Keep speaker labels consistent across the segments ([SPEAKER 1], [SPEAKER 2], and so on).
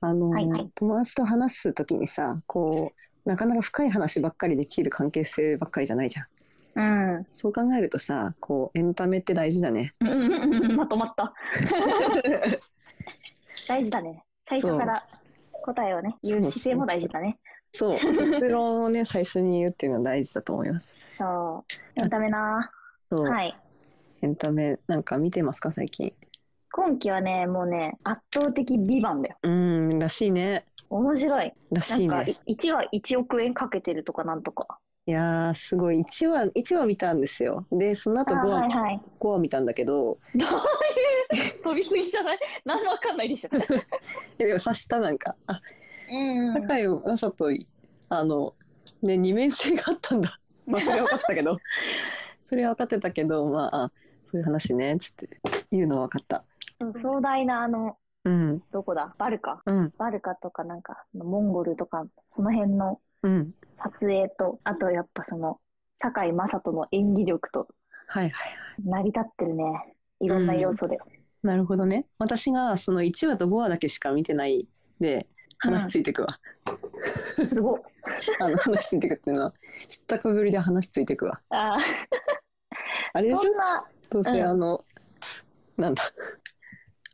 [SPEAKER 1] あの、
[SPEAKER 2] はいはい
[SPEAKER 1] 友達と話すときにさ、こう、なかなか深い話ばっかりできる関係性ばっかりじゃないじゃん。
[SPEAKER 2] うん。
[SPEAKER 1] そう考えるとさ、こう、エンタメって大事だ ね。
[SPEAKER 2] うんうんうんうんまとまった。大事だね。最初から答えをね、言う姿勢も大事だね。
[SPEAKER 1] そう、結論をね、最初に言うっていうのは大事だと思います。
[SPEAKER 2] そう。エンタメな。
[SPEAKER 1] そう、
[SPEAKER 2] はい。
[SPEAKER 1] エンタメ、なんか見てますか、最近。
[SPEAKER 2] 今期はね、もうね、圧倒的美版だよ。
[SPEAKER 1] うーん、らしいね。
[SPEAKER 2] 面白い。
[SPEAKER 1] ら
[SPEAKER 2] な
[SPEAKER 1] し
[SPEAKER 2] ん
[SPEAKER 1] い
[SPEAKER 2] か、
[SPEAKER 1] ね。
[SPEAKER 2] 1話1億円かけてるとかなんとか。
[SPEAKER 1] いやー、すごい。1話、一話見たんですよ。で、その
[SPEAKER 2] あ
[SPEAKER 1] 後
[SPEAKER 2] ー
[SPEAKER 1] 5話、
[SPEAKER 2] はいはい。
[SPEAKER 1] 5話見たんだけど、
[SPEAKER 2] どういう、飛びすぎじゃない何もわかんないでしょ。
[SPEAKER 1] いやでも察した、なんか、あ、
[SPEAKER 2] うん。
[SPEAKER 1] 坂井雅人、あの、ね、二面性があったん だ。まあ、それは分かってたけど、それは分かってたけど、まあ、あそういう話ね、つって言うのは分かった。
[SPEAKER 2] そう壮大な、あの、
[SPEAKER 1] うん、
[SPEAKER 2] どこだバルカ。
[SPEAKER 1] うん、
[SPEAKER 2] バルカとかなんか、モンゴルとか、その辺の
[SPEAKER 1] うん。
[SPEAKER 2] 撮影と、あとやっぱその、堺雅人の演技力と、
[SPEAKER 1] はいはい。
[SPEAKER 2] 成り立ってるね。いろんな要素で。
[SPEAKER 1] なるほどね。私がその1話と5話だけしか見てないで、話ついてくわ。
[SPEAKER 2] すごっ。
[SPEAKER 1] あの、話ついてくっていうのは、知ったかぶりで話ついてくわ。
[SPEAKER 2] あー
[SPEAKER 1] あれでし
[SPEAKER 2] そ
[SPEAKER 1] ょ
[SPEAKER 2] んな、
[SPEAKER 1] どうせ、
[SPEAKER 2] うん
[SPEAKER 1] あの、なんだ。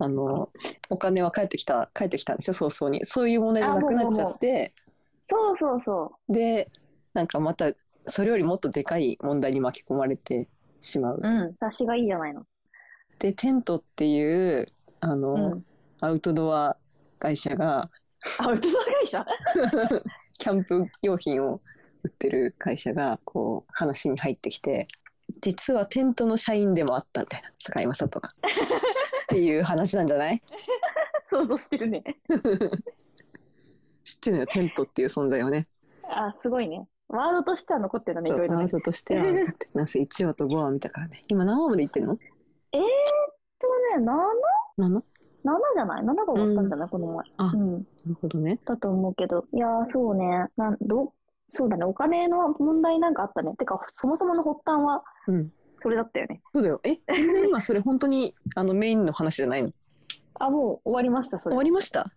[SPEAKER 1] あの、お金は返ってきた、返ってきたんでしょ、早々に。そういう問題じゃなくなっちゃって、
[SPEAKER 2] そうそうそ
[SPEAKER 1] で、なんかまた、それよりもっとでかい問題に巻き込まれてしまう。
[SPEAKER 2] う。うん。私がいいじゃないの。
[SPEAKER 1] で、テントっていう、あの、
[SPEAKER 2] うん。
[SPEAKER 1] アウトドア会社が、
[SPEAKER 2] アウトドア会社
[SPEAKER 1] キャンプ用品を売ってる会社がこう話に入ってきて実はテントの社員でもあったみたいな坂井雅人 が。っていう話なんじゃない
[SPEAKER 2] 想像してるね。
[SPEAKER 1] 知ってるのよテントっていう存在をね。
[SPEAKER 2] あー、すごいね。ワードとしては残ってるのね、い
[SPEAKER 1] ア
[SPEAKER 2] ろいろ
[SPEAKER 1] ー
[SPEAKER 2] ね。
[SPEAKER 1] トとしては分かってなんせ1話と5話を見たからね。今何話までいってんの
[SPEAKER 2] えーっとね、7?
[SPEAKER 1] なの
[SPEAKER 2] 7じゃない ?7 が終わったんじゃない、この前。
[SPEAKER 1] あ
[SPEAKER 2] うん。
[SPEAKER 1] なるほどね。
[SPEAKER 2] だと思うけど。いやー、そうね。なん、ど、そうだね。お金の問題なんかあったね。てか、そもそもの発端は
[SPEAKER 1] うん。
[SPEAKER 2] それだったよね。
[SPEAKER 1] そうだよ。 え全然今それ本当にあのメインの話じゃないの
[SPEAKER 2] あ、もう終わりました、そ
[SPEAKER 1] 終
[SPEAKER 2] れ。
[SPEAKER 1] わりました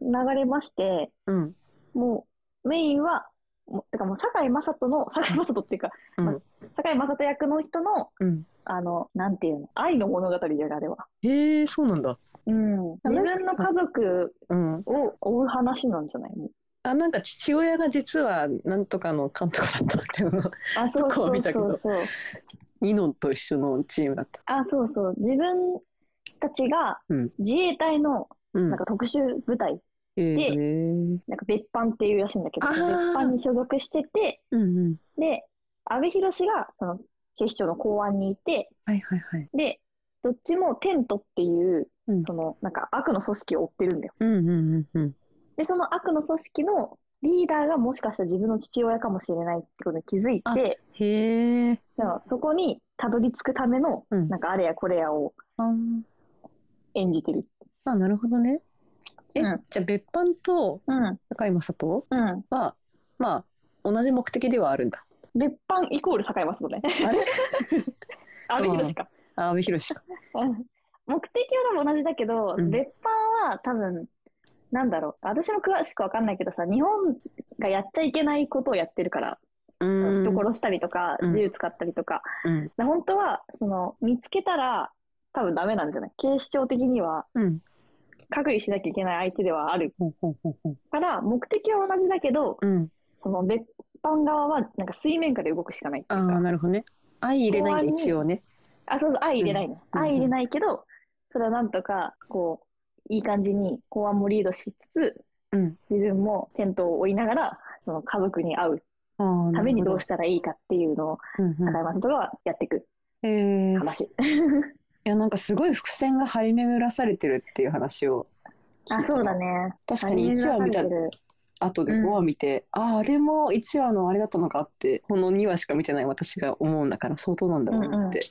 [SPEAKER 2] 流れまして、
[SPEAKER 1] うん。
[SPEAKER 2] もう、メインは、もうてかもう、堺雅人の、 堺雅人っていうか、
[SPEAKER 1] うん
[SPEAKER 2] ま堺雅人役の人の、
[SPEAKER 1] うん。
[SPEAKER 2] あの、なんていうの、愛の物語だよね、あれは。
[SPEAKER 1] へえそうなんだ。
[SPEAKER 2] うん。自分の家族
[SPEAKER 1] うん。
[SPEAKER 2] を追う話なんじゃないもう
[SPEAKER 1] あ、なんか父親が実はなんとかの監督だったみたいな。
[SPEAKER 2] あ、そう
[SPEAKER 1] こ
[SPEAKER 2] そうう
[SPEAKER 1] 見たけ
[SPEAKER 2] そ
[SPEAKER 1] ど
[SPEAKER 2] うそう。
[SPEAKER 1] ニノンと一緒のチームだった。
[SPEAKER 2] あ、そうそう。自分たちが
[SPEAKER 1] うん
[SPEAKER 2] 自衛隊の
[SPEAKER 1] うん
[SPEAKER 2] なんか特殊部隊、
[SPEAKER 1] ええ
[SPEAKER 2] でなんか別班っていうらしいんだけど、
[SPEAKER 1] あー
[SPEAKER 2] 別班に所属してて、
[SPEAKER 1] うんうん。
[SPEAKER 2] で、阿部寛がその警視庁の公安にいて、
[SPEAKER 1] はいはいはい。
[SPEAKER 2] で、どっちもテントっていう、
[SPEAKER 1] うん
[SPEAKER 2] そのなんか悪の組織を追ってるんだよ。
[SPEAKER 1] うんうんうんうん。
[SPEAKER 2] で、その悪の組織のリーダーがもしかしたら自分の父親かもしれないってことに気づい
[SPEAKER 1] あ
[SPEAKER 2] て、
[SPEAKER 1] へえ。
[SPEAKER 2] だからそこにたどり着くための、
[SPEAKER 1] うん
[SPEAKER 2] なんかあれやこれやを
[SPEAKER 1] あー
[SPEAKER 2] 演じてる。
[SPEAKER 1] あ、なるほどね。え、
[SPEAKER 2] うん
[SPEAKER 1] じゃあ別班と
[SPEAKER 2] うん、
[SPEAKER 1] 坂井雅人
[SPEAKER 2] うん。
[SPEAKER 1] は、まあ、同じ目的ではあるんだ。
[SPEAKER 2] 別班イコール堺雅人ね。
[SPEAKER 1] あれ
[SPEAKER 2] 阿部寛か。
[SPEAKER 1] あ、阿部寛か。
[SPEAKER 2] うん目的は多分同じだけど、
[SPEAKER 1] うん
[SPEAKER 2] 別班は多分、なんだろう。私も詳しくわかんないけどさ、日本がやっちゃいけないことをやってるから、
[SPEAKER 1] う
[SPEAKER 2] 人
[SPEAKER 1] ん。
[SPEAKER 2] 殺したりとか、
[SPEAKER 1] うん
[SPEAKER 2] 銃使ったりとか。
[SPEAKER 1] うん。
[SPEAKER 2] 本当は、その、見つけたら、多分ダメなんじゃない警視庁的には、
[SPEAKER 1] うん。
[SPEAKER 2] 隔離しなきゃいけない相手ではある
[SPEAKER 1] ほうほうほうほう。
[SPEAKER 2] から、目的は同じだけど、
[SPEAKER 1] うん。
[SPEAKER 2] その別班側は、なんか水面下で動くしかないって
[SPEAKER 1] あ
[SPEAKER 2] い
[SPEAKER 1] あ
[SPEAKER 2] うか
[SPEAKER 1] ー、。なるほどね。愛入れないんで
[SPEAKER 2] 公安に
[SPEAKER 1] 一応ね。
[SPEAKER 2] あ、そうそう、愛入れないの。
[SPEAKER 1] うん
[SPEAKER 2] 愛入れないけど、それはなんとか、こう、いい感じに公安もリードしつつ、
[SPEAKER 1] うん。
[SPEAKER 2] 自分もテントを追いながら、その家族に会う
[SPEAKER 1] ああ、
[SPEAKER 2] ためにどう
[SPEAKER 1] し
[SPEAKER 2] したらいいかっていうのを、
[SPEAKER 1] うん
[SPEAKER 2] 高山さんとかはやっていく
[SPEAKER 1] うん。ええ
[SPEAKER 2] 話。
[SPEAKER 1] いや、なんかすごい伏線が張り巡らされてるっていう話を聞いた。
[SPEAKER 2] あ、そうだね。
[SPEAKER 1] 確かに1話見た
[SPEAKER 2] アニメが流れてる
[SPEAKER 1] 後で
[SPEAKER 2] うん
[SPEAKER 1] 5話見て、あああれも1話のあれだったのかってこの2話しか見てない私が思うんだから相当なんだろうなって、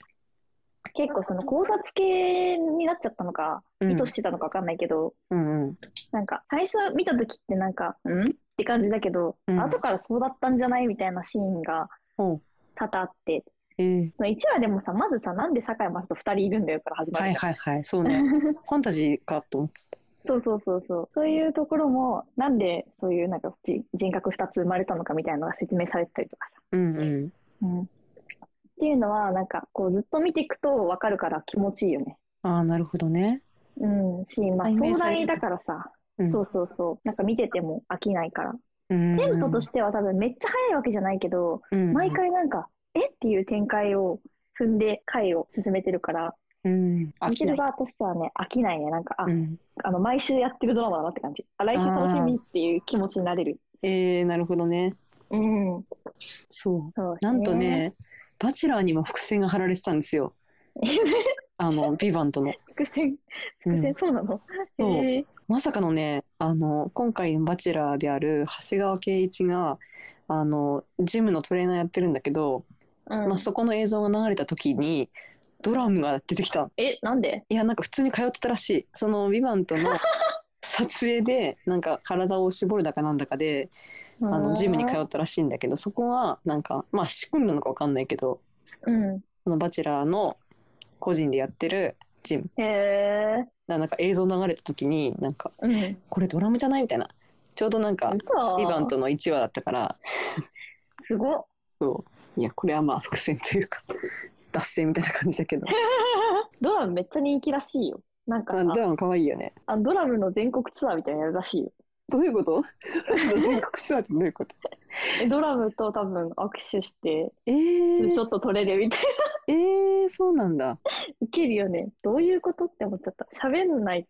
[SPEAKER 2] 結構その考察系になっちゃったのか、
[SPEAKER 1] うん
[SPEAKER 2] 意図してたのかわかんないけど、
[SPEAKER 1] うんうん、
[SPEAKER 2] なんか最初見た時ってなんか、んって感じだけど、
[SPEAKER 1] うん
[SPEAKER 2] 後からそうだったんじゃないみたいなシーンが
[SPEAKER 1] ほう
[SPEAKER 2] 多々あって、
[SPEAKER 1] えー
[SPEAKER 2] その1話でもさ、まずさ、なんで堺雅人2人いるんだよから始ま
[SPEAKER 1] は
[SPEAKER 2] る
[SPEAKER 1] い
[SPEAKER 2] じゃん。
[SPEAKER 1] はいはいそうねファンタジーかと思ってた
[SPEAKER 2] そうそうそうそう。そういうところも、なんでそういうなんかじ人格2つ生まれたのかみたいなのが説明されてたりとかさ。
[SPEAKER 1] うんうん。
[SPEAKER 2] うん、っていうのは、なんかこうずっと見ていくと分かるから気持ちいいよね。
[SPEAKER 1] ああ、なるほどね。
[SPEAKER 2] うん、し、まあ
[SPEAKER 1] あイメー
[SPEAKER 2] 壮
[SPEAKER 1] ジされ
[SPEAKER 2] 大
[SPEAKER 1] てた
[SPEAKER 2] だからさ、
[SPEAKER 1] うん
[SPEAKER 2] そうそうそう。なんか見てても飽きないから。
[SPEAKER 1] うん
[SPEAKER 2] テントとしては多分めっちゃ早いわけじゃないけど、
[SPEAKER 1] うん
[SPEAKER 2] 毎回なんか、えっていう展開を踏んで回を進めてるから、
[SPEAKER 1] うん飽
[SPEAKER 2] 見
[SPEAKER 1] き
[SPEAKER 2] て
[SPEAKER 1] な
[SPEAKER 2] る
[SPEAKER 1] い
[SPEAKER 2] 側としてはね、飽きないね。なんか、あ、
[SPEAKER 1] うん
[SPEAKER 2] あの、毎週やってるドラマだなって感じ。あ、来週楽しみっていう気持ちになれる。
[SPEAKER 1] えー、なるほどね。
[SPEAKER 2] うん。
[SPEAKER 1] そう。
[SPEAKER 2] そうです
[SPEAKER 1] なんと ね、バチェラーにも伏線が張られてたんですよ。あ の、ビバンとの。
[SPEAKER 2] 伏線、
[SPEAKER 1] うん
[SPEAKER 2] 伏線、そうなの
[SPEAKER 1] そう
[SPEAKER 2] へえ
[SPEAKER 1] まさかのね、あの、今回のバチェラーである長谷川圭一が、あの、ジムのトレーナーやってるんだけど、
[SPEAKER 2] うん
[SPEAKER 1] まあ、そこの映像が流れた時に、ドラムが出てきた。
[SPEAKER 2] え、なんで
[SPEAKER 1] いや、なんか普通に通ってたらしい。その、ビバンと の撮影で、なんか体を絞るだかなんだかで、
[SPEAKER 2] あ
[SPEAKER 1] あの、ジムに通ったらしいんだけど、そこは、なんか、まあ、仕組んだのかわかんないけど、
[SPEAKER 2] うん。
[SPEAKER 1] そのバチェラーの個人でやってるジム。だか
[SPEAKER 2] へえ。
[SPEAKER 1] らなんか映像流れた時に、なんか、
[SPEAKER 2] うん。
[SPEAKER 1] これドラムじゃないみたいな。ちょうどなんか、
[SPEAKER 2] 嘘
[SPEAKER 1] リバントの1話だったから、
[SPEAKER 2] すごっ。
[SPEAKER 1] そう。いや、これはまあ伏線というか、 脱線みたいな感じだ けど。
[SPEAKER 2] ドラムめっちゃ人気らしいよ。なんか
[SPEAKER 1] あ
[SPEAKER 2] さ
[SPEAKER 1] ドラマ可愛いよね。
[SPEAKER 2] あのドラムの全国ツアーみたいなのやるらしいよ。
[SPEAKER 1] どういうこと全国ツアーってどういうこと
[SPEAKER 2] えドラムと多分握手して、
[SPEAKER 1] え
[SPEAKER 2] ツーショ
[SPEAKER 1] ー、
[SPEAKER 2] ット撮れるみたいな。
[SPEAKER 1] えー、そうなんだ。
[SPEAKER 2] いけるよね。どういうことって思っちゃった。喋んない。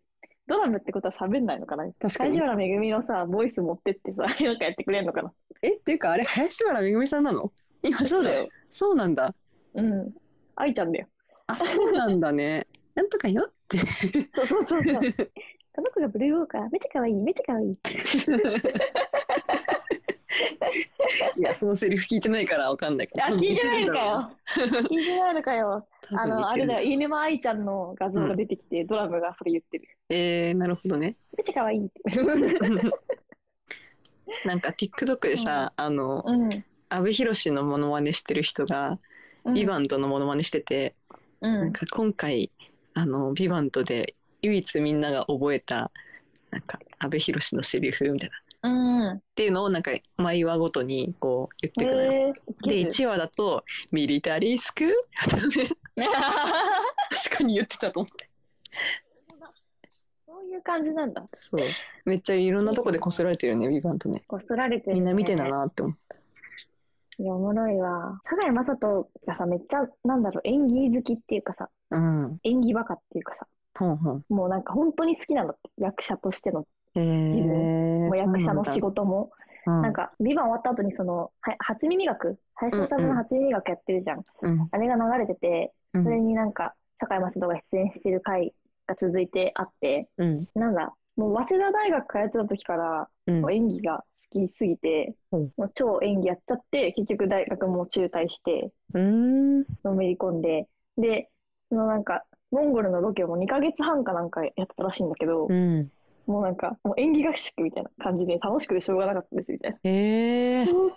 [SPEAKER 2] ドラムってことは喋んないのかな
[SPEAKER 1] 確か
[SPEAKER 2] 梶
[SPEAKER 1] に。
[SPEAKER 2] 原めぐみのさ、ボイス持ってってさ、 なんかやってくれんのかな
[SPEAKER 1] え、っていうかあれ、林原めぐみさんなの今知った
[SPEAKER 2] そうだよ。
[SPEAKER 1] そうなんだ。
[SPEAKER 2] うん。愛ちゃんだよ。
[SPEAKER 1] あ、そうなんだね。なんとかよって。
[SPEAKER 2] そうそうそう そう。この子がブルーウォーカー、めっちゃ可愛い、めっちゃ可愛い。
[SPEAKER 1] いや、そのセリフ聞いてないからわかんないけど。
[SPEAKER 2] あ、聞いてないのかよ。聞いてないのかよ。
[SPEAKER 1] 多
[SPEAKER 2] あ
[SPEAKER 1] 分
[SPEAKER 2] の、あ
[SPEAKER 1] 似てるん。
[SPEAKER 2] れだよ、飯沼愛ちゃんの画像が出てきて、ドラムがそれ言ってる。
[SPEAKER 1] えー、なるほどね。
[SPEAKER 2] めっちゃ可愛いって。
[SPEAKER 1] なんか TikTok でさ、あの、
[SPEAKER 2] うん。
[SPEAKER 1] 阿部寛のモノマネしてる人が、
[SPEAKER 2] うん
[SPEAKER 1] ビバントのモノマネしてて、
[SPEAKER 2] う
[SPEAKER 1] なん
[SPEAKER 2] ん。
[SPEAKER 1] か今回、あの、ビバントで唯一みんなが覚えた、なんか、阿部寛のセリフみたいな。っ
[SPEAKER 2] うん。
[SPEAKER 1] ていうのをなんか、毎話ごとにこう言ってくのよ。
[SPEAKER 2] えー、
[SPEAKER 1] で、
[SPEAKER 2] いけ
[SPEAKER 1] 1話だと、ミリタリースクール 確
[SPEAKER 2] る
[SPEAKER 1] かに言ってたと思って。
[SPEAKER 2] そういう感じなんだ。
[SPEAKER 1] そう。めっちゃいろんなとこでこすられてるよね、ビバントね。
[SPEAKER 2] こすられてる、
[SPEAKER 1] み
[SPEAKER 2] ね。
[SPEAKER 1] んな見てんだなって思う。
[SPEAKER 2] いや、おもろいわ。佐井雅人がさ、めっちゃ、なんだろう、演技好きっていうかさ、
[SPEAKER 1] うん。
[SPEAKER 2] 演技バカっていうかさ、
[SPEAKER 1] ほんほん。
[SPEAKER 2] もうなんか本当に好きなんだって、役者としての、
[SPEAKER 1] え
[SPEAKER 2] 自
[SPEAKER 1] ー、
[SPEAKER 2] もう役者の
[SPEAKER 1] そう
[SPEAKER 2] 仕事も。
[SPEAKER 1] な
[SPEAKER 2] なん
[SPEAKER 1] んだ、
[SPEAKER 2] か、ビバン終わった後にその、は初耳学、林修
[SPEAKER 1] うんう
[SPEAKER 2] の
[SPEAKER 1] ん
[SPEAKER 2] 初耳学やってるじゃん。
[SPEAKER 1] うん
[SPEAKER 2] あれが流れてて、
[SPEAKER 1] うん
[SPEAKER 2] それになんか、坂井雅人が出演してる回が続いてあって、
[SPEAKER 1] うん
[SPEAKER 2] なんだ、もう早稲田大学通ってた時から、
[SPEAKER 1] うん
[SPEAKER 2] もう演技が好きすぎて、
[SPEAKER 1] うん
[SPEAKER 2] もう超演技やっちゃって、結局大学も中退して、
[SPEAKER 1] うんうん
[SPEAKER 2] のめり込んで、で、そのなんか、モンゴルのロケをもう2ヶ月半かなんかやってたらしいんだけど、
[SPEAKER 1] うん
[SPEAKER 2] もうなんか、もう演技合宿みたいな感じで楽しくてしょうがなかったですみたいな。
[SPEAKER 1] えー、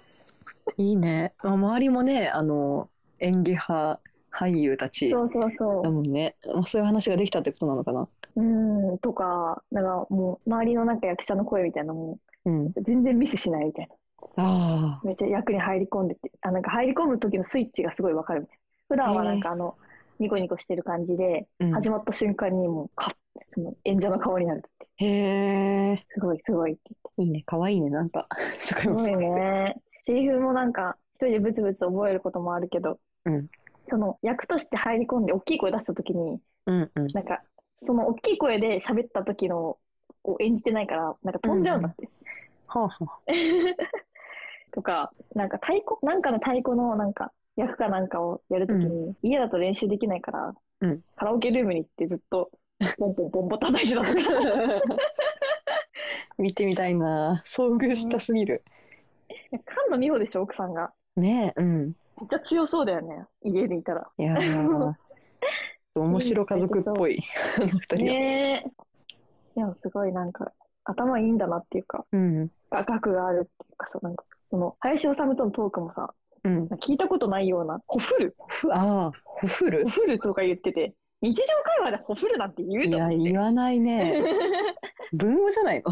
[SPEAKER 1] いいね、まあ、周りもねあの演技派俳優たち
[SPEAKER 2] そうそうそ
[SPEAKER 1] だもんね、まあ、そういう話ができたってことなのかな
[SPEAKER 2] う。うん、とか、なんかもう周りのなんか役者の声みたいなのも
[SPEAKER 1] うん
[SPEAKER 2] 全然ミスしないみたいな。
[SPEAKER 1] あ
[SPEAKER 2] めっちゃ役に入り込んでて、あ、なんか入り込む時のスイッチがすごいわかるみたいな。普段はなんかあの、ニコニコしてる感じで、
[SPEAKER 1] あ、うん
[SPEAKER 2] 始まった瞬間にもう、カッてその演者の顔になるって。
[SPEAKER 1] へえ
[SPEAKER 2] すごいすごいって。
[SPEAKER 1] いいね可愛いねなんか 坂
[SPEAKER 2] す
[SPEAKER 1] 本
[SPEAKER 2] ご
[SPEAKER 1] さん
[SPEAKER 2] いね。セリフもなんか、一人でブツブツ覚えることもあるけど、
[SPEAKER 1] うん
[SPEAKER 2] その役として入り込んで大きい声出した時に、
[SPEAKER 1] うんうん
[SPEAKER 2] なんか、その大きい声で喋った時のを演じてないから、なんか飛んじゃうんだって。
[SPEAKER 1] はあはあ
[SPEAKER 2] とか、なんか太鼓、なんかの太鼓のなんか、役かなんかをやるときに、家だと練習できないから、
[SPEAKER 1] うん
[SPEAKER 2] カラオケルームに行ってずっと、ポンポンポンポン叩いてたとか。
[SPEAKER 1] 見てみたいな遭遇したすぎる、
[SPEAKER 2] 菅野美穂でしょ、奥さんが。
[SPEAKER 1] ねえうん
[SPEAKER 2] めっちゃ強そうだよね、家にいたら。
[SPEAKER 1] いやー 面白家族っぽいあの二人は、
[SPEAKER 2] ねえ。でもすごいなんか、頭いいんだなっていうか、
[SPEAKER 1] うん
[SPEAKER 2] が学があるっていうかさ、なんか、その、林修とのトークもさ、
[SPEAKER 1] うん
[SPEAKER 2] 聞いたことないような、ほふる
[SPEAKER 1] ふああ、ほふる
[SPEAKER 2] ほふるとか言ってて、日常会話でほふるなんて言う
[SPEAKER 1] い
[SPEAKER 2] と
[SPEAKER 1] や
[SPEAKER 2] 思って。
[SPEAKER 1] 言わないね文語じゃないの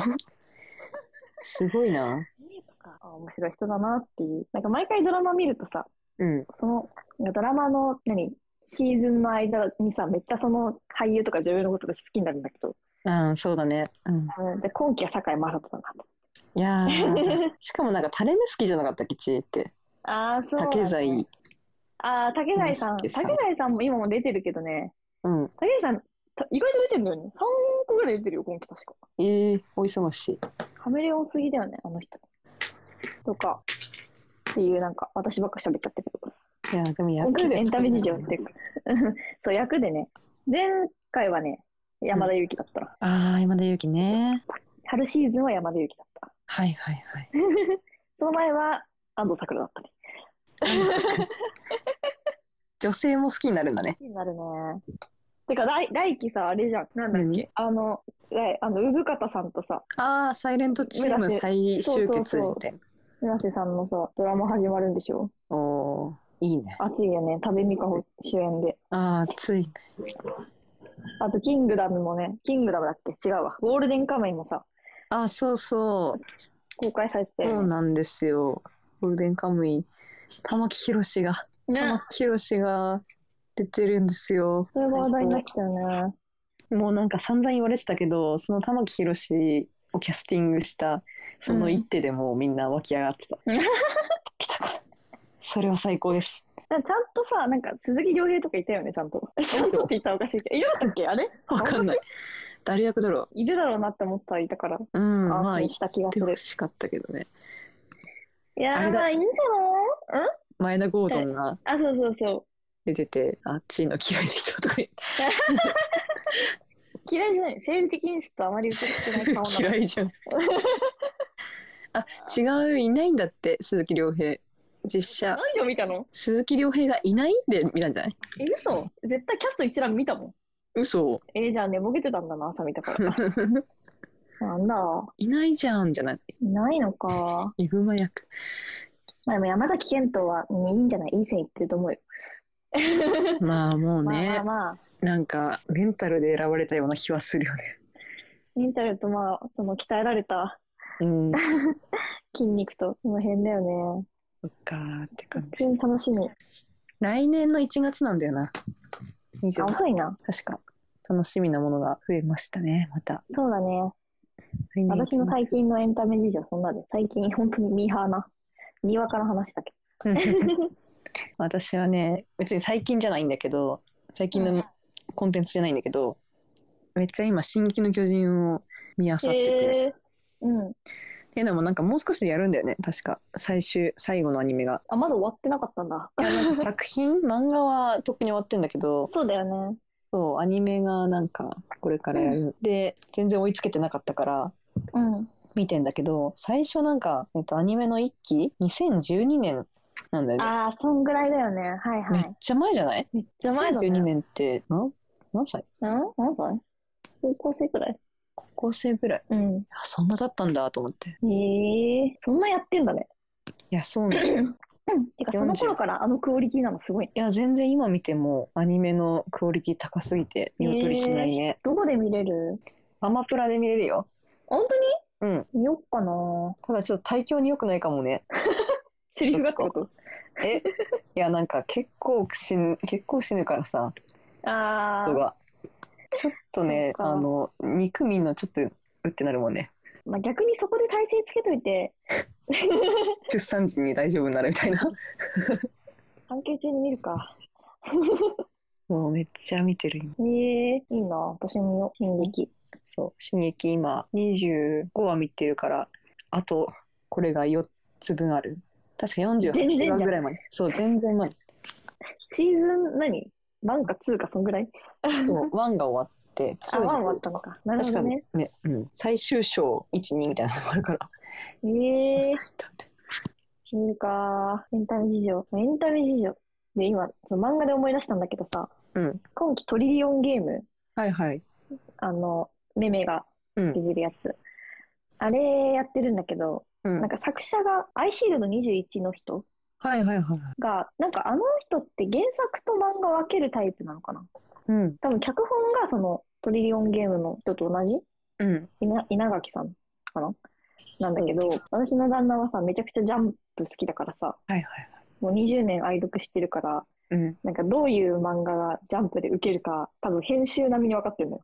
[SPEAKER 1] すごいな
[SPEAKER 2] えーとかあ面白い人だなっていう。なんか毎回ドラマ見るとさ、
[SPEAKER 1] うん
[SPEAKER 2] そのドラマの何シーズンの間にさ、めっちゃその俳優とか女優のことが好きになるんだけど、
[SPEAKER 1] うんそうだね、うん、
[SPEAKER 2] うんじゃあ今期は堺雅人だなと。
[SPEAKER 1] いや ーしかもなんか垂れ目好きじゃなかったっけちえって
[SPEAKER 2] ああ、そう、ね。
[SPEAKER 1] 竹財
[SPEAKER 2] ああ、竹財さん。
[SPEAKER 1] 大輔
[SPEAKER 2] 竹
[SPEAKER 1] さん
[SPEAKER 2] 財さんも今も出てるけどね、
[SPEAKER 1] うん
[SPEAKER 2] 竹財さん、た意外と出てるんだよね。3個ぐらい出てるよ、今期確か。
[SPEAKER 1] えー、お忙しい
[SPEAKER 2] カメレオンすぎだよね、あの人。とか、っていう、なんか、私ばっか喋っちゃってるけ
[SPEAKER 1] い
[SPEAKER 2] ど。
[SPEAKER 1] やーでも
[SPEAKER 2] 今
[SPEAKER 1] 役ですご
[SPEAKER 2] 期
[SPEAKER 1] いな
[SPEAKER 2] エンタメ事情っていうか。 そう、役でね、前回はね、山田裕貴だった。
[SPEAKER 1] ああ山田裕貴ね
[SPEAKER 2] 春シーズンは山田裕貴だった。
[SPEAKER 1] はいはいはい
[SPEAKER 2] その前は安藤サクラだったね。
[SPEAKER 1] 女性も好きになるんだね
[SPEAKER 2] 気になるね。てか、来来期さ、あれじゃん。なんだっけ
[SPEAKER 1] 何
[SPEAKER 2] あの、来あの、産方さんとさ、
[SPEAKER 1] ああサイレントチーム再集結みたいな
[SPEAKER 2] 村瀬さんのさ、ドラマ始まるんでしょ
[SPEAKER 1] おおーいいね
[SPEAKER 2] 熱いよね。多部未華子主演で。
[SPEAKER 1] ああつい
[SPEAKER 2] あと、キングダムもね、キングダムだっけ違うわ。ゴールデンカムイもさ、
[SPEAKER 1] あーそうそう
[SPEAKER 2] 公開されてた
[SPEAKER 1] そ
[SPEAKER 2] よ
[SPEAKER 1] う
[SPEAKER 2] ね。
[SPEAKER 1] なんですよ。ゴールデンカムイ、玉木宏が、玉
[SPEAKER 2] ね
[SPEAKER 1] 木宏が出てるんですよ。
[SPEAKER 2] それが話題になってたよね。
[SPEAKER 1] もうなんか散々言われてたけど、その玉木宏をキャスティングした、その一手でもうみんな湧き上が ってた。
[SPEAKER 2] うん
[SPEAKER 1] 来たか。それは最高です。
[SPEAKER 2] なんかちゃんとさ、なんか鈴木亮平とかいたよね、ちゃん と。ちゃんとって言ったらおかしいけど。いなかったっけあれ
[SPEAKER 1] わかんない。誰役だろ
[SPEAKER 2] いるだろうなって思ったらいたから、
[SPEAKER 1] う。うん、まあ
[SPEAKER 2] 安
[SPEAKER 1] 言っ
[SPEAKER 2] 心した気がす
[SPEAKER 1] て
[SPEAKER 2] る
[SPEAKER 1] ほ。しかったけどね。
[SPEAKER 2] いや
[SPEAKER 1] あれ
[SPEAKER 2] ー、
[SPEAKER 1] だ
[SPEAKER 2] まあいいんじゃない
[SPEAKER 1] 前田ゴードンが
[SPEAKER 2] あ、そうそうそ
[SPEAKER 1] 出てて、あっちの嫌いな人とか言って
[SPEAKER 2] う。嫌いじゃない。生理的にちょっとあまり受けてない顔な
[SPEAKER 1] 嫌い じゃん。あ違ういないんだって鈴木亮平実写
[SPEAKER 2] 何を見たの
[SPEAKER 1] 鈴木亮平がいないで見たんじゃない
[SPEAKER 2] え、嘘絶対キャスト一覧見たもん。
[SPEAKER 1] 嘘
[SPEAKER 2] えーじゃあ寝ぼけてたんだな、朝見たから。なんだ。
[SPEAKER 1] いないじゃんじゃない
[SPEAKER 2] いないのか。
[SPEAKER 1] イグマ役
[SPEAKER 2] まあでも山崎賢人は、うんいいんじゃないいい線いってると思うよ。
[SPEAKER 1] まあもう
[SPEAKER 2] まあ
[SPEAKER 1] ね、
[SPEAKER 2] まあまあ、
[SPEAKER 1] なんかメンタルで選ばれたような気はするよね
[SPEAKER 2] メンタルとまあ、その鍛えられた
[SPEAKER 1] うんそ
[SPEAKER 2] 筋肉と、この辺だよね。
[SPEAKER 1] っかーって感
[SPEAKER 2] 普
[SPEAKER 1] じ
[SPEAKER 2] 通に楽しみ。
[SPEAKER 1] 来年の1月なんだよな以上
[SPEAKER 2] あ、遅いな。
[SPEAKER 1] 確か楽しみなものが増えましたねまた
[SPEAKER 2] そうだね。
[SPEAKER 1] 来年1
[SPEAKER 2] 私の最近のエンタメ事情はそんなで。最近、本当にミーハーな。にわかの話だけど。
[SPEAKER 1] 私はね別に最近じゃないんだけど最近
[SPEAKER 2] う
[SPEAKER 1] の
[SPEAKER 2] ん
[SPEAKER 1] コンテンツじゃないんだけど、めっちゃ今「進撃の巨人」を見 あさってて、っ
[SPEAKER 2] へ ーうん。
[SPEAKER 1] ていうのもなんかもう少しでやるんだよね確か最終最後のアニメが
[SPEAKER 2] あ、まだ終わってなかったんだ。
[SPEAKER 1] いやなん か作品漫画は特に終わってんだけど
[SPEAKER 2] そうだよね。
[SPEAKER 1] そうアニメがなんかこれからやる、で全然追いつけてなかったから
[SPEAKER 2] うん。
[SPEAKER 1] 見てんだけど最初なんか、えっと、アニメの一期2012年なんだよね
[SPEAKER 2] ああ、そんぐらいだよね。はいは
[SPEAKER 1] めっ
[SPEAKER 2] い。
[SPEAKER 1] ちゃ前じゃない
[SPEAKER 2] めっちゃ前だね。
[SPEAKER 1] ?12 年ってな何歳
[SPEAKER 2] うん何歳高校生くらい。
[SPEAKER 1] 高校生ぐらい
[SPEAKER 2] うん。
[SPEAKER 1] いやそんなだったんだと思って
[SPEAKER 2] ええー、そんなやってんだね。
[SPEAKER 1] いやそうなんだ い
[SPEAKER 2] うん。てか、
[SPEAKER 1] 40
[SPEAKER 2] その頃からあのクオリティなのすごい。
[SPEAKER 1] や全然今見てもアニメのクオリティ高すぎて見劣りしないね、
[SPEAKER 2] どこで見れる
[SPEAKER 1] アマプラで見れるよ
[SPEAKER 2] 本当
[SPEAKER 1] うん
[SPEAKER 2] に見よっかな。
[SPEAKER 1] ただちょっと体調に良くないかもね
[SPEAKER 2] セリフがってこ
[SPEAKER 1] え いやなんか結構死ぬ結構死ぬからさ
[SPEAKER 2] とあ
[SPEAKER 1] 人
[SPEAKER 2] あ、
[SPEAKER 1] がちょっとね
[SPEAKER 2] そうか
[SPEAKER 1] あの肉見んのちょっとうってなるもんね
[SPEAKER 2] まあ、逆にそこで体勢つけといて、
[SPEAKER 1] 出産時に大丈夫になるみたい な
[SPEAKER 2] 関係中に見るか。
[SPEAKER 1] もうめっちゃ見てる今
[SPEAKER 2] ええー、いいな。私も見よう。進撃。
[SPEAKER 1] そう「進撃」今25話見てるからあとこれが4つ分ある確か
[SPEAKER 2] 全然じ
[SPEAKER 1] 48
[SPEAKER 2] ゃん
[SPEAKER 1] 話ぐらいまでそう全然まで
[SPEAKER 2] シーズン何なんか2か、そんぐらい。
[SPEAKER 1] そう1が終わって
[SPEAKER 2] あ、
[SPEAKER 1] 2
[SPEAKER 2] ワン
[SPEAKER 1] が
[SPEAKER 2] 終わ
[SPEAKER 1] 出
[SPEAKER 2] ってた
[SPEAKER 1] と
[SPEAKER 2] の
[SPEAKER 1] か
[SPEAKER 2] か。なるほ
[SPEAKER 1] 確
[SPEAKER 2] ど
[SPEAKER 1] か
[SPEAKER 2] ね
[SPEAKER 1] に。ね、うん、最終章12みたいなのもあるから、
[SPEAKER 2] ええー、見るかエンタメ事情。エンタメ事情。で、今、その漫画で思い出したんだけどさ、
[SPEAKER 1] うん
[SPEAKER 2] 今期トリリオンゲーム、
[SPEAKER 1] はいはい、
[SPEAKER 2] あの、メメが
[SPEAKER 1] うん
[SPEAKER 2] 出てるやつ。あれやってるんだけど、
[SPEAKER 1] うん
[SPEAKER 2] なん、か作者が、アイシールド21の人
[SPEAKER 1] はいはいはいはい
[SPEAKER 2] が、なんかあの人って原作と漫画分けるタイプなのかな
[SPEAKER 1] うん。
[SPEAKER 2] 多分脚本がそのトリリオンゲームの人と同じ
[SPEAKER 1] うん。
[SPEAKER 2] 稲稲垣さんかななんだけど、私の旦那はさ、めちゃくちゃジャンプ好きだからさ、
[SPEAKER 1] はいはいはい。
[SPEAKER 2] もう20年愛読してるから、
[SPEAKER 1] うん。
[SPEAKER 2] なんかどういう漫画がジャンプで受けるか、多分編集並みに分かってるのよ。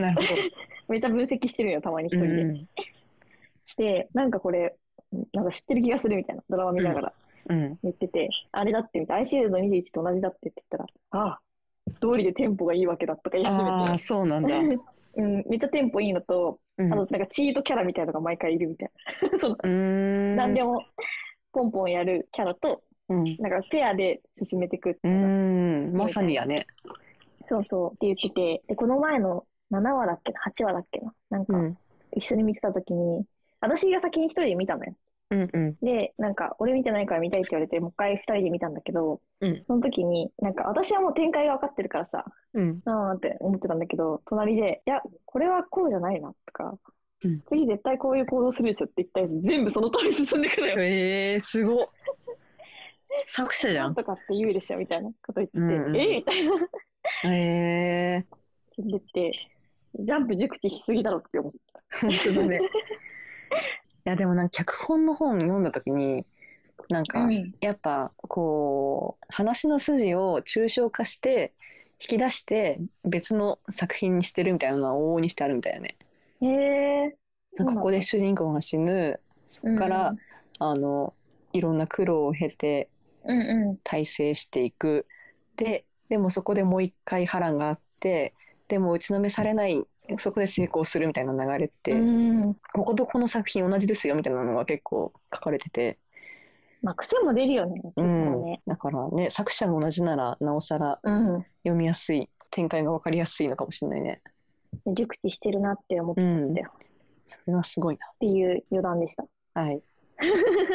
[SPEAKER 1] なるほ
[SPEAKER 2] めっちゃ分析してるよ、たまに一
[SPEAKER 1] ど。
[SPEAKER 2] 人で。
[SPEAKER 1] うん。
[SPEAKER 2] で、なんかこれ、なんか知ってる気がするみたいな、ドラマ見ながら
[SPEAKER 1] うん。
[SPEAKER 2] 言ってて、あれだってみたいな、アイシールド21と同じだってって言ったら、ああ、通りでテンポがいいわけだとか言い始
[SPEAKER 1] ああ、
[SPEAKER 2] め
[SPEAKER 1] そうなんだ。
[SPEAKER 2] て。 うん、めっちゃテンポいいのと、
[SPEAKER 1] うん
[SPEAKER 2] あとなんかチートキャラみたいなのが毎回いるみたいな。その
[SPEAKER 1] うーん。
[SPEAKER 2] 何でもポンポンやるキャラと、
[SPEAKER 1] うん。
[SPEAKER 2] なんかペアで進めていくって
[SPEAKER 1] う
[SPEAKER 2] いうのが
[SPEAKER 1] ーん。まさにやね。
[SPEAKER 2] そうそうって言ってて、で、この前の7話だっけな、8話だっけな、なんか
[SPEAKER 1] うん。
[SPEAKER 2] 一緒に見てた時に、私が先に一人で見たのよ。
[SPEAKER 1] うんうん。
[SPEAKER 2] で、なんか、俺見てないから見たいって言われて、もう一回二人で見たんだけど、
[SPEAKER 1] うん
[SPEAKER 2] その時に、なんか、私はもう展開が分かってるからさ、
[SPEAKER 1] うん。
[SPEAKER 2] あーって思ってたんだけど、隣で、いや、これはこうじゃないな、とか、
[SPEAKER 1] うん
[SPEAKER 2] 次絶対こういう行動するでしょって言ったやつ、全部その通り進んでくるよ。
[SPEAKER 1] ええー、すごっ。作者じゃ
[SPEAKER 2] なん
[SPEAKER 1] ん。
[SPEAKER 2] とかって言うでしょ、みたいなこと言ってて、
[SPEAKER 1] うんうん
[SPEAKER 2] えーみたいな、
[SPEAKER 1] ええ
[SPEAKER 2] 進んでって、ジャンプ熟知しすぎだろって思って。
[SPEAKER 1] ー、本当 だね。いや、でもなんか脚本の本読んだ時に、なんか、
[SPEAKER 2] うん
[SPEAKER 1] やっぱこう話の筋を抽象化して引き出して別の作品にしてるみたいなのは往々にしてあるみたいだね。
[SPEAKER 2] へえ。そうなんだ
[SPEAKER 1] ここで主人公が死ぬそこから、
[SPEAKER 2] うん
[SPEAKER 1] あのいろんな苦労を経て
[SPEAKER 2] うんう
[SPEAKER 1] 大成していくででもそこでもう一回波乱があってでも打ちのめされないそこで成功するみたいな流れって、
[SPEAKER 2] ん。うん。
[SPEAKER 1] こことこの作品同じですよみたいなのが結構書かれてて。
[SPEAKER 2] まあ、癖も出るよね。
[SPEAKER 1] う
[SPEAKER 2] ね
[SPEAKER 1] ん、だからね作者が同じならなおさら
[SPEAKER 2] うん。
[SPEAKER 1] 読みやすい展開が分かりやすいのかもしれないね
[SPEAKER 2] 熟知してるなって思ってたんだよ、
[SPEAKER 1] それはすごい
[SPEAKER 2] っていう余談でした。
[SPEAKER 1] な はい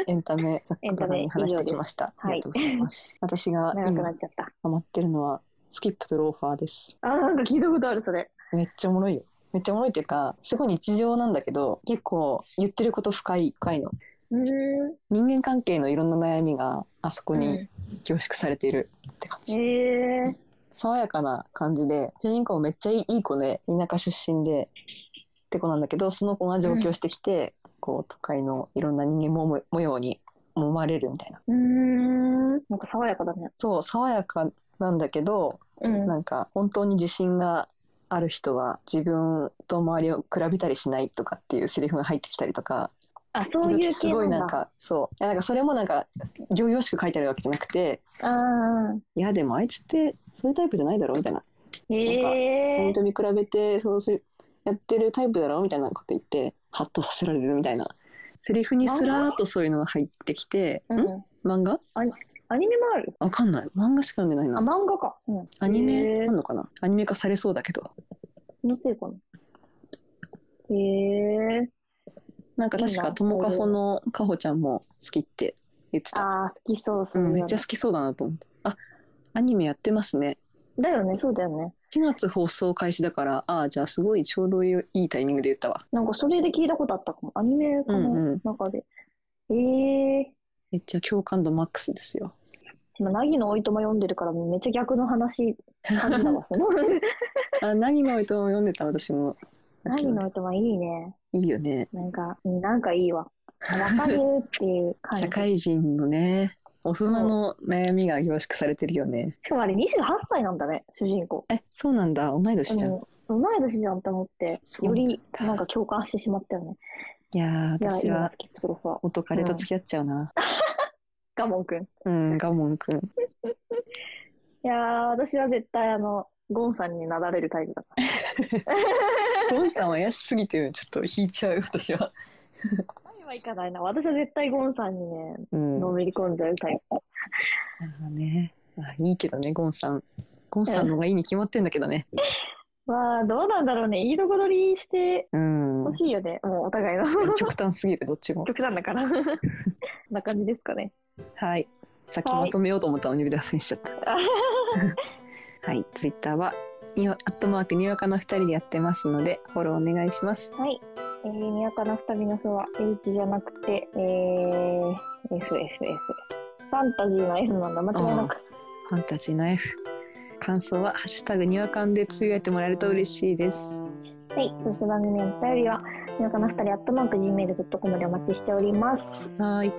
[SPEAKER 1] エンタメざっ
[SPEAKER 2] エンタ
[SPEAKER 1] く
[SPEAKER 2] メ
[SPEAKER 1] りに話してきましたあ
[SPEAKER 2] 以上で
[SPEAKER 1] りがとうご
[SPEAKER 2] す
[SPEAKER 1] ざいます、私が
[SPEAKER 2] 長くな
[SPEAKER 1] 今
[SPEAKER 2] っちゃった。
[SPEAKER 1] ハマってるのはスキップとローファーです
[SPEAKER 2] あー、なんか聞いたことある、それ。
[SPEAKER 1] めっちゃおもろいよめっちゃおもろいっていうかすごい日常なんだけど結構言ってること深い深いの
[SPEAKER 2] うーん。
[SPEAKER 1] 人間関係のいろんな悩みがあそこに
[SPEAKER 2] え
[SPEAKER 1] 凝縮されているって感じ、
[SPEAKER 2] え
[SPEAKER 1] 爽やかな感じで主人公めっちゃいいいい子で田舎出身でって子なんだけどその子が上京してきて、こう都会のいろんな人間模様模様に揉まれるみたいな
[SPEAKER 2] うーん。なんか爽やかだね。
[SPEAKER 1] そう爽やかなんだけど
[SPEAKER 2] うん。
[SPEAKER 1] なんか本当に自信がある人は自分と周りを比べたりしないとかっていうセリフが入ってきたりとか
[SPEAKER 2] あ、そういう
[SPEAKER 1] す
[SPEAKER 2] 系
[SPEAKER 1] ごい
[SPEAKER 2] な
[SPEAKER 1] なん
[SPEAKER 2] んだ。
[SPEAKER 1] かそういやなんかそれもなんか行々しく書いてあるわけじゃなくて
[SPEAKER 2] ああ
[SPEAKER 1] いやでもあいつってそういうタイプじゃないだろうみたいな
[SPEAKER 2] ー。へえ
[SPEAKER 1] 本当に比べてそうしやってるタイプだろみたいなこと言ってハッとさせられるみたいなセリフにすらーっとそういうのが入ってきて
[SPEAKER 2] うんん。
[SPEAKER 1] 漫画
[SPEAKER 2] アニメもある。
[SPEAKER 1] わかんない漫画しか読んでない
[SPEAKER 2] あ、
[SPEAKER 1] な
[SPEAKER 2] 漫画か。うん。
[SPEAKER 1] アニメ
[SPEAKER 2] へ
[SPEAKER 1] な
[SPEAKER 2] ー
[SPEAKER 1] のかなアニメ化されそうだけど
[SPEAKER 2] 気のせいかな。へえ。
[SPEAKER 1] なんか確
[SPEAKER 2] いい
[SPEAKER 1] か
[SPEAKER 2] な
[SPEAKER 1] ともかほのかほちゃんも好きって言ってた、
[SPEAKER 2] ああ、好きそう、そうういうの
[SPEAKER 1] ん、めっちゃ好きそうだなと思ってあアニメやってますね
[SPEAKER 2] だよね、そうだよね。
[SPEAKER 1] 4月放送開始だからああじゃあすごいちょうどいいタイミングで言ったわ
[SPEAKER 2] なんかそれで聞いたことあったかも。アニメか
[SPEAKER 1] うんう
[SPEAKER 2] の
[SPEAKER 1] ん
[SPEAKER 2] 中で。ええー。
[SPEAKER 1] めっちゃ共感度マックスですよ
[SPEAKER 2] 今、凪のおいとま読んでるから、めっちゃ逆の話、感じだわ。
[SPEAKER 1] あ何の糸を読んでた私も
[SPEAKER 2] 凪のおいとまいいね。
[SPEAKER 1] いいよね
[SPEAKER 2] なんか、うんなんかいいわ。わかるっていう感じ。
[SPEAKER 1] 社会人のね大人の悩みが凝縮されてるよね
[SPEAKER 2] しかもあれ28歳なんだね、主人公。
[SPEAKER 1] えそうなんだ同い年じゃん、
[SPEAKER 2] うん同い年じゃんって思って、
[SPEAKER 1] そう
[SPEAKER 2] よ
[SPEAKER 1] なんだ
[SPEAKER 2] りなんか共感してしまったよね。
[SPEAKER 1] いやー
[SPEAKER 2] いや、い
[SPEAKER 1] 私
[SPEAKER 2] いわ
[SPEAKER 1] は
[SPEAKER 2] スキップトロファー。
[SPEAKER 1] 元彼と付き合っちゃうな
[SPEAKER 2] ガモンくん。い
[SPEAKER 1] うん、ガモンくん
[SPEAKER 2] やー、私は絶対あの、ゴンさんになだれるタイプだから。
[SPEAKER 1] ゴンさんは怪しすぎてちょっと引いちゃう私は
[SPEAKER 2] 愛はいかないな。私は絶対ゴンさんにね、
[SPEAKER 1] うん
[SPEAKER 2] のめり込んじゃうタイプ。
[SPEAKER 1] なるほどねあいいけどねゴンさんゴンさんの方がいいに決まってんだけどね
[SPEAKER 2] まあ、どうなんだろうね。いいとこ取りして
[SPEAKER 1] うん
[SPEAKER 2] 欲しいよね。もうお互いの。
[SPEAKER 1] 極端すぎるどっちも
[SPEAKER 2] 極端だから。 こんな感じですかね。
[SPEAKER 1] はいさっきまとめようと思ったのに脱線しちゃった
[SPEAKER 2] あ
[SPEAKER 1] はい、ツイッターは、にわアットマークにわかの二人でやってますので、フォローお願いします。
[SPEAKER 2] はい。えー、にわかな二人のふは H じゃなくて、えー、FFF。ファンタジーの F なんだ、間違いなく。
[SPEAKER 1] ファンタジーの F。必感想は「ハッシュタグにわかん」でつぶやいてもらえると嬉しいです。
[SPEAKER 2] はい、そして番組へのお便りは、にわかの二人アットマーク Gmail.com でお待ちしております。
[SPEAKER 1] はい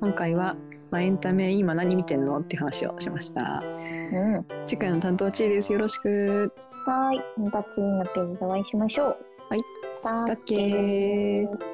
[SPEAKER 1] 今回は、まあ、エンタメ今何見てんのっていう話をしました。
[SPEAKER 2] うん。は
[SPEAKER 1] 次回の担当チーです。よろしく。
[SPEAKER 2] ーい、また次のページでお会いしましょう。
[SPEAKER 1] はい。
[SPEAKER 2] さ
[SPEAKER 1] したっけー
[SPEAKER 2] ー